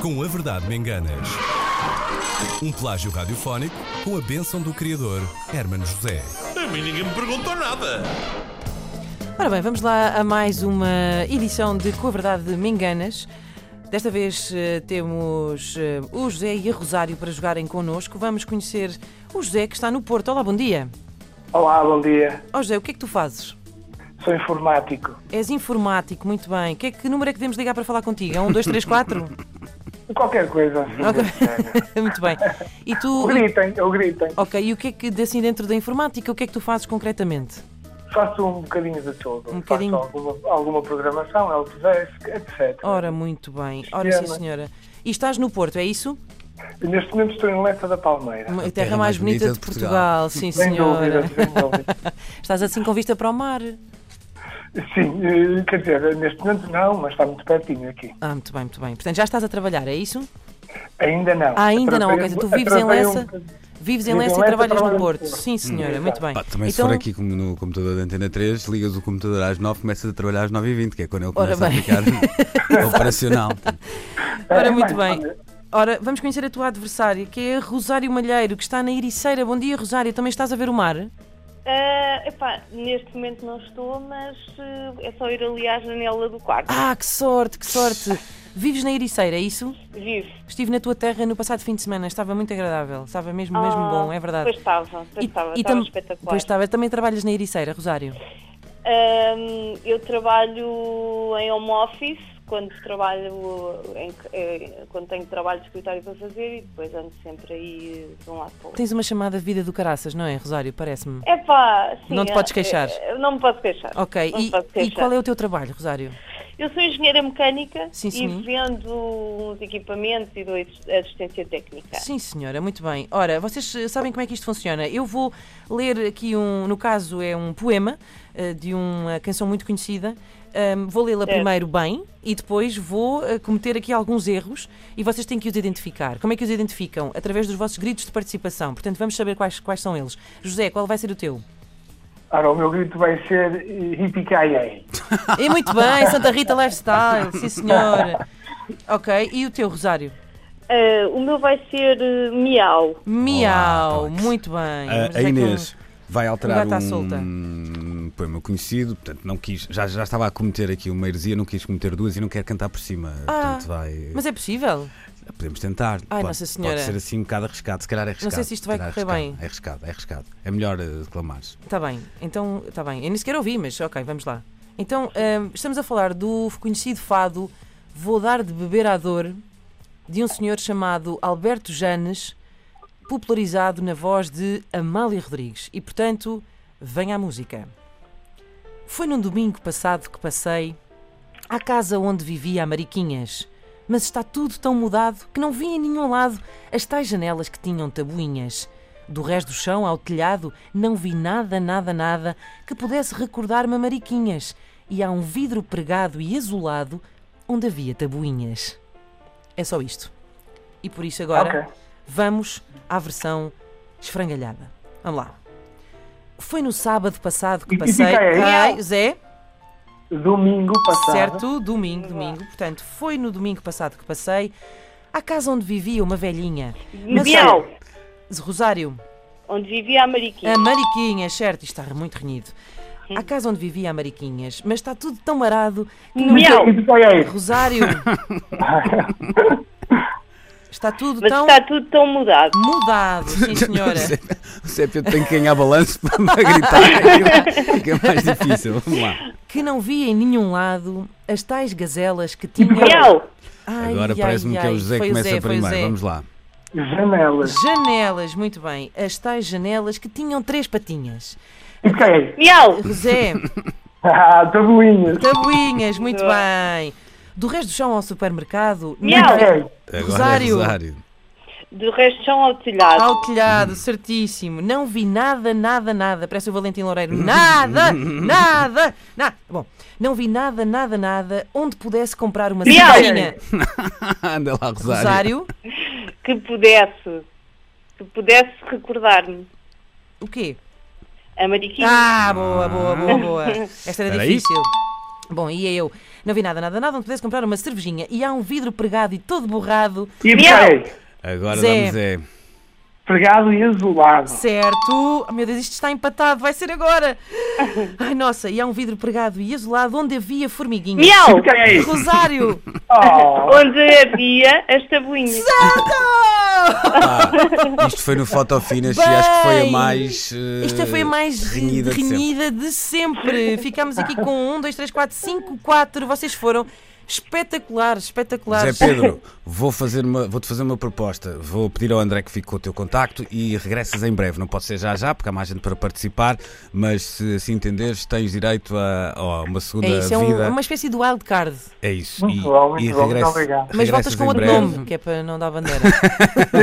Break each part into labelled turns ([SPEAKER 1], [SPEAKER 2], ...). [SPEAKER 1] Com a Verdade Me Enganas. Um plágio radiofónico com a bênção do criador, Hermano José.
[SPEAKER 2] A mim ninguém me perguntou nada.
[SPEAKER 3] Ora bem, vamos lá a mais uma edição de Com a Verdade Me Enganas. Desta vez eh, temos eh, o José e a Rosário para jogarem connosco. Vamos conhecer o José que está no Porto. Olá, bom dia.
[SPEAKER 4] Olá, bom dia.
[SPEAKER 3] Ó José, o que é que tu fazes?
[SPEAKER 4] Sou informático.
[SPEAKER 3] És informático, muito bem. Que, é, que número é que devemos ligar para falar contigo? É um, dois, três, quatro?
[SPEAKER 4] Qualquer coisa. assim, desse
[SPEAKER 3] muito bem. E tu.
[SPEAKER 4] género. Gritem, ou gritem.
[SPEAKER 3] Ok, e o que é que, assim, dentro da informática, o que é que tu fazes concretamente?
[SPEAKER 4] Faço um bocadinho de tudo.
[SPEAKER 3] Um bocadinho.
[SPEAKER 4] Faço alguma, alguma programação, helpdesk, etc.
[SPEAKER 3] Ora, muito bem. Ora, sim,
[SPEAKER 4] Cristiana.
[SPEAKER 3] senhora. E estás no Porto, é isso?
[SPEAKER 4] Neste momento estou em Lessa da Palmeira.
[SPEAKER 3] A terra, mais bonita de Portugal, sim,
[SPEAKER 4] Sem
[SPEAKER 3] senhora.
[SPEAKER 4] dúvida, sem dúvida.
[SPEAKER 3] Estás assim com vista para o mar.
[SPEAKER 4] Sim, eh, quer dizer, neste momento não, mas está muito pertinho aqui.
[SPEAKER 3] Ah, muito bem, muito bem. Portanto, já estás a trabalhar, é isso?
[SPEAKER 4] Ainda não.
[SPEAKER 3] Ah, ainda não, ok.
[SPEAKER 4] Atravei um-
[SPEAKER 3] Então, tu vives
[SPEAKER 4] atravei
[SPEAKER 3] em
[SPEAKER 4] um
[SPEAKER 3] Lessa,
[SPEAKER 4] bocadinho.
[SPEAKER 3] vives em
[SPEAKER 4] Vivo em
[SPEAKER 3] Lessa e
[SPEAKER 4] Lessa,
[SPEAKER 3] trabalhas no
[SPEAKER 4] trabalho no
[SPEAKER 3] Porto.
[SPEAKER 4] Porto.
[SPEAKER 3] Sim, senhora,
[SPEAKER 4] Exato.
[SPEAKER 3] muito bem.
[SPEAKER 5] Hum. Pá, também se
[SPEAKER 3] Então,
[SPEAKER 5] for aqui como no computador da Antena 3, ligas o computador às 9, começas a trabalhar às 9 e 20 que é quando ele
[SPEAKER 3] Ora
[SPEAKER 5] começa a
[SPEAKER 3] bem.
[SPEAKER 5] ficar operacional.
[SPEAKER 3] ora,
[SPEAKER 4] É,
[SPEAKER 3] muito
[SPEAKER 4] mas,
[SPEAKER 3] bem. Ora, vamos conhecer a tua adversária, que é a Rosário Malheiro, que está na Ericeira. Bom dia, Rosário. Também estás a ver o mar?
[SPEAKER 6] Ah, epá, neste momento não estou, mas eh, é só ir ali à janela do quarto.
[SPEAKER 3] Ah, que sorte, que sorte. Vives na Ericeira, é isso?
[SPEAKER 6] Vivo.
[SPEAKER 3] Estive na tua terra no passado fim de semana. Estava muito agradável. Estava mesmo, mesmo
[SPEAKER 6] Ah,
[SPEAKER 3] bom, é verdade.
[SPEAKER 6] Pois estava, pois estava, estava
[SPEAKER 3] tam-
[SPEAKER 6] espetacular.
[SPEAKER 3] Pois estava. Também trabalhas na Ericeira, Rosário?
[SPEAKER 6] Ahm, eu trabalho em home office, quando trabalho em- eh, quando tenho trabalho de escritório para fazer e depois ando sempre aí de um lado para o outro.
[SPEAKER 3] Tens uma chamada de vida do caraças, não é, Rosário? Parece-me.
[SPEAKER 6] Epá, sim,
[SPEAKER 3] Não te
[SPEAKER 6] eh,
[SPEAKER 3] podes queixar.
[SPEAKER 6] eh, Não me posso queixar.
[SPEAKER 3] Ok,
[SPEAKER 6] não me
[SPEAKER 3] e,
[SPEAKER 6] posso
[SPEAKER 3] e
[SPEAKER 6] queixar.
[SPEAKER 3] qual é o teu trabalho, Rosário?
[SPEAKER 6] Eu sou engenheira mecânica
[SPEAKER 3] Sim, sim.
[SPEAKER 6] e vendo uns equipamentos e dou assistência técnica.
[SPEAKER 3] Sim, senhora, muito bem. Ora, vocês eh, sabem como é que isto funciona. Eu vou ler aqui um, no caso é um poema eh, de uma canção muito conhecida. Ahm, vou lê-la
[SPEAKER 6] Certo.
[SPEAKER 3] primeiro bem e depois vou eh, cometer aqui alguns erros e vocês têm que os identificar. Como é que os identificam? Através dos vossos gritos de participação. Portanto, vamos saber quais, quais são eles. José, qual vai ser o teu?
[SPEAKER 4] Ora, o meu grito vai ser hippie
[SPEAKER 3] E É muito bem, Santa Rita Lifestyle, sim senhora. Ok, e o teu, Rosário?
[SPEAKER 6] Ah, o meu vai ser eh, miau.
[SPEAKER 3] Miau,
[SPEAKER 5] Alex. Eh,
[SPEAKER 3] muito bem. Vamos ver um
[SPEAKER 5] a, a
[SPEAKER 3] com-
[SPEAKER 5] Inês vai alterar
[SPEAKER 3] gato à solta.
[SPEAKER 5] um poema conhecido, portanto não quis, já, já estava a cometer aqui uma heresia, não quis cometer duas e não quer cantar por cima.
[SPEAKER 3] Ah,
[SPEAKER 5] portanto vai.
[SPEAKER 3] Mas é possível?
[SPEAKER 5] Podemos tentar.
[SPEAKER 3] Ai,
[SPEAKER 5] pode,
[SPEAKER 3] Nossa Senhora.
[SPEAKER 5] pode ser assim um bocado arriscado, se calhar é
[SPEAKER 3] sei
[SPEAKER 5] arriscado.
[SPEAKER 3] se isto vai
[SPEAKER 5] calhar é
[SPEAKER 3] correr bem.
[SPEAKER 5] arriscado, É arriscado, é arriscado. É melhor eh, reclamares.
[SPEAKER 3] Está bem, então está bem. Eu nem sequer ouvi, mas ok, vamos lá. Então, hum, estamos a falar do conhecido fado Vou Dar de Beber à Dor, de um senhor chamado Alberto Janes, popularizado na voz de Amália Rodrigues. E, portanto, vem à música. Foi num domingo passado que passei à casa onde vivia a Mariquinhas, mas está tudo tão mudado que não vi em nenhum lado as tais janelas que tinham tabuinhas. Do resto do chão ao telhado não vi nada, nada, nada que pudesse recordar-me a Mariquinhas, e há um vidro pregado e azulado onde havia tabuinhas. É só isto. E por isso agora
[SPEAKER 4] Ok.
[SPEAKER 3] vamos à versão esfrangalhada. Vamos lá. Foi no sábado passado que
[SPEAKER 4] E- e
[SPEAKER 3] passei.
[SPEAKER 4] fica aí.
[SPEAKER 3] Ai, Zé,
[SPEAKER 4] Domingo passado.
[SPEAKER 3] certo? Domingo, domingo. Portanto, foi no domingo passado que passei à casa onde vivia uma velhinha. Mas-
[SPEAKER 6] Miau,
[SPEAKER 3] Rosário,
[SPEAKER 6] onde vivia a Mariquinha.
[SPEAKER 3] a Mariquinhas, certo? Isto está muito renhido. À casa onde vivia a Mariquinhas, mas está tudo tão marado que não.
[SPEAKER 6] Miau,
[SPEAKER 4] é Hippie
[SPEAKER 3] Rosário! está tudo
[SPEAKER 6] mas
[SPEAKER 3] tão
[SPEAKER 6] está tudo tão mudado.
[SPEAKER 3] mudado, sim senhora.
[SPEAKER 5] O Sépio tem que ganhar balanço para para gritar. Fica mais difícil. Vamos lá.
[SPEAKER 3] Que não via em nenhum lado as tais gazelas que tinha.
[SPEAKER 6] Miau,
[SPEAKER 3] Ai,
[SPEAKER 5] Agora
[SPEAKER 3] ai,
[SPEAKER 5] parece-me que é
[SPEAKER 3] ai.
[SPEAKER 5] o José que
[SPEAKER 3] Foi
[SPEAKER 5] começa
[SPEAKER 3] Zé, foi o
[SPEAKER 5] primeiro.
[SPEAKER 3] Zé.
[SPEAKER 5] Vamos lá.
[SPEAKER 4] Janelas.
[SPEAKER 3] é. Janelas, muito bem. As tais janelas que tinham três patinhas.
[SPEAKER 4] Hippie
[SPEAKER 6] miau,
[SPEAKER 3] José,
[SPEAKER 4] Ah, tabuinhas.
[SPEAKER 3] tabuinhas, muito bem. Do resto do chão ao supermercado,
[SPEAKER 6] Miau.
[SPEAKER 3] não-
[SPEAKER 4] Hippie
[SPEAKER 5] Agora
[SPEAKER 3] Rosário.
[SPEAKER 5] é Rosário.
[SPEAKER 6] do resto um são ao telhado.
[SPEAKER 3] Ao telhado, certíssimo. Não vi nada, nada, nada. Parece o Valentim Loureiro. Nada, nada, nada. Bom, não vi nada, nada, nada onde pudesse comprar uma
[SPEAKER 6] Miau.
[SPEAKER 3] cervejinha.
[SPEAKER 5] Anda lá, Rosário.
[SPEAKER 3] Rosário,
[SPEAKER 6] Que pudesse, que pudesse recordar-me.
[SPEAKER 3] o quê?
[SPEAKER 6] A Mariquinha.
[SPEAKER 3] Ah, boa, boa, boa, boa. Esta era
[SPEAKER 5] Espera aí.
[SPEAKER 3] difícil. Bom, e eu não vi nada, nada, nada, onde pudesse comprar uma cervejinha e há um vidro pregado e todo borrado.
[SPEAKER 4] E
[SPEAKER 6] Miau!
[SPEAKER 4] peraí,
[SPEAKER 5] Agora
[SPEAKER 3] Zé.
[SPEAKER 5] vamos é.
[SPEAKER 4] pregado e azulado.
[SPEAKER 3] Certo! Oh, meu Deus, isto está empatado, vai ser agora! Ai, nossa, e há um vidro pregado e azulado onde havia formiguinhas.
[SPEAKER 6] Miau!
[SPEAKER 4] De quem é isso?
[SPEAKER 3] Rosário!
[SPEAKER 4] Oh,
[SPEAKER 6] Onde havia as tabuinhas.
[SPEAKER 3] Certo!
[SPEAKER 5] Isto foi no Fotofinas e acho que foi a
[SPEAKER 3] Bem,
[SPEAKER 5] mais. eh,
[SPEAKER 3] Esta é, foi a mais
[SPEAKER 5] renhida
[SPEAKER 3] renhida,
[SPEAKER 5] de sempre.
[SPEAKER 3] de, sempre. Ficámos aqui com um, dois, três, quatro, cinco, quatro. Vocês foram espetaculares,
[SPEAKER 5] Zé
[SPEAKER 3] espetaculares.
[SPEAKER 5] Pedro, vou fazer uma, vou-te fazer uma proposta. Vou pedir ao André que fique com o teu contacto e regressas em breve. Não pode ser já já, porque há mais gente para participar, mas se assim entenderes, tens direito a, a uma segunda
[SPEAKER 3] É isso, é um-
[SPEAKER 5] vida.
[SPEAKER 3] uma espécie de wildcard.
[SPEAKER 5] É isso.
[SPEAKER 4] Muito
[SPEAKER 5] e,
[SPEAKER 4] bom, muito bom,
[SPEAKER 5] e
[SPEAKER 4] muito
[SPEAKER 5] regressas-
[SPEAKER 4] obrigado.
[SPEAKER 3] Mas voltas
[SPEAKER 5] regressas
[SPEAKER 3] com
[SPEAKER 5] em
[SPEAKER 3] outro
[SPEAKER 5] breve.
[SPEAKER 3] nome, que é para não dar bandeira.
[SPEAKER 5] Não,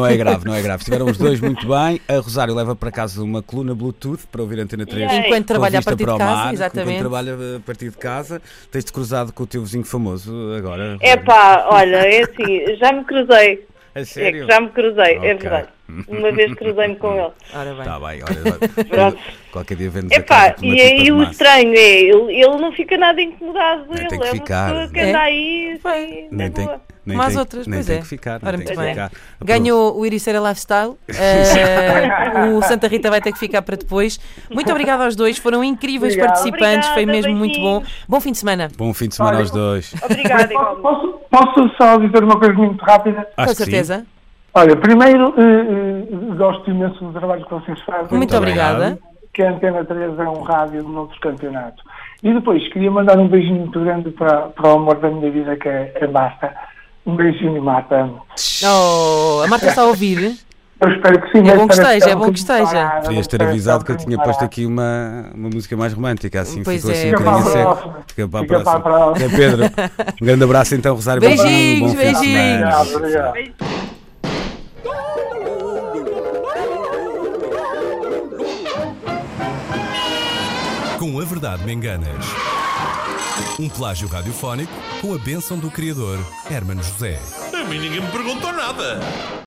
[SPEAKER 5] não é grave, não é grave. Estiveram os dois muito bem. A Rosário leva para casa uma coluna Bluetooth para ouvir a antena 3.
[SPEAKER 6] Yay.
[SPEAKER 3] Enquanto trabalha a
[SPEAKER 5] com
[SPEAKER 3] partir
[SPEAKER 5] vista para
[SPEAKER 3] de
[SPEAKER 5] o
[SPEAKER 3] casa,
[SPEAKER 5] mar, Enquanto
[SPEAKER 3] exatamente.
[SPEAKER 5] trabalha eh, a partir de casa, tens-te cruzado com o teu vizinho famoso agora.
[SPEAKER 6] É pá, olha, é assim, já me cruzei.
[SPEAKER 5] A
[SPEAKER 6] É
[SPEAKER 5] sério?
[SPEAKER 6] que já me cruzei,
[SPEAKER 5] Ok.
[SPEAKER 6] é verdade. Uma vez cruzei-me com ele.
[SPEAKER 3] Ora bem.
[SPEAKER 5] Tá bem, olha. qualquer dia vemos a casa
[SPEAKER 6] Epá,
[SPEAKER 5] por uma
[SPEAKER 6] É e
[SPEAKER 5] pipa
[SPEAKER 6] aí
[SPEAKER 5] de
[SPEAKER 6] o
[SPEAKER 5] massa.
[SPEAKER 6] estranho é, ele, ele não fica nada incomodado,
[SPEAKER 5] Nem
[SPEAKER 6] ele
[SPEAKER 5] tem
[SPEAKER 6] é
[SPEAKER 5] que
[SPEAKER 6] uma
[SPEAKER 5] ficar,
[SPEAKER 6] pessoa que
[SPEAKER 5] né?
[SPEAKER 6] anda aí,
[SPEAKER 3] Bem,
[SPEAKER 6] assim, na
[SPEAKER 5] Nem tem,
[SPEAKER 6] boa.
[SPEAKER 5] nem
[SPEAKER 3] Como as
[SPEAKER 5] tem,
[SPEAKER 3] outras,
[SPEAKER 5] nem
[SPEAKER 3] pois
[SPEAKER 5] tem
[SPEAKER 3] é.
[SPEAKER 5] que ficar.
[SPEAKER 3] Ora,
[SPEAKER 5] nem tem
[SPEAKER 3] muito bem.
[SPEAKER 5] que ficar.
[SPEAKER 3] Ganhou o Ericeira Lifestyle. Eh, o Santa Rita vai ter que ficar para depois. Muito obrigada aos dois, foram incríveis
[SPEAKER 4] Obrigada.
[SPEAKER 3] participantes, foi
[SPEAKER 6] Obrigada,
[SPEAKER 3] mesmo muito bom.
[SPEAKER 6] beijinhos.
[SPEAKER 3] Bom fim de semana.
[SPEAKER 5] Bom fim de semana
[SPEAKER 4] Olha,
[SPEAKER 5] aos dois.
[SPEAKER 6] Obrigada, igualmente.
[SPEAKER 4] posso, posso só dizer uma coisa muito rápida?
[SPEAKER 5] Acho
[SPEAKER 3] Com
[SPEAKER 5] que sim.
[SPEAKER 3] certeza.
[SPEAKER 4] Olha, primeiro, eh, eh, gosto imenso do trabalho que vocês fazem.
[SPEAKER 3] Muito obrigada.
[SPEAKER 4] que a Antena 3 é um rádio do nosso campeonato. E depois, queria mandar um beijinho muito grande para, para o amor da minha vida, que é a Marta. Um beijinho, Marta. amo.
[SPEAKER 3] Oh, a Marta está a ouvir.
[SPEAKER 4] Eu espero que sim.
[SPEAKER 3] É bom
[SPEAKER 4] mas
[SPEAKER 3] que
[SPEAKER 4] parece
[SPEAKER 3] esteja,
[SPEAKER 4] está
[SPEAKER 3] é
[SPEAKER 4] um
[SPEAKER 3] bom que
[SPEAKER 4] bocadinho
[SPEAKER 3] esteja.
[SPEAKER 4] parada,
[SPEAKER 5] Podias ter
[SPEAKER 4] parece está um
[SPEAKER 5] avisado que eu tinha
[SPEAKER 4] bocadinho
[SPEAKER 5] posto
[SPEAKER 4] parada.
[SPEAKER 5] aqui uma, uma música mais romântica, assim
[SPEAKER 3] Pois é.
[SPEAKER 5] ficou assim um
[SPEAKER 3] Fica para
[SPEAKER 5] bocadinho
[SPEAKER 4] a
[SPEAKER 5] seco.
[SPEAKER 4] próxima.
[SPEAKER 5] Fica para a
[SPEAKER 4] Fica para a
[SPEAKER 5] próxima. Zé Pedro, um grande abraço então, Rosário. bom fim-
[SPEAKER 3] Beijinhos,
[SPEAKER 5] bom fim de semana.
[SPEAKER 3] beijinhos.
[SPEAKER 4] Obrigado, obrigado.
[SPEAKER 1] Com a Verdade Me Enganas. Um plágio radiofónico com a bênção do criador, Hermano José.
[SPEAKER 2] A mim ninguém me perguntou nada.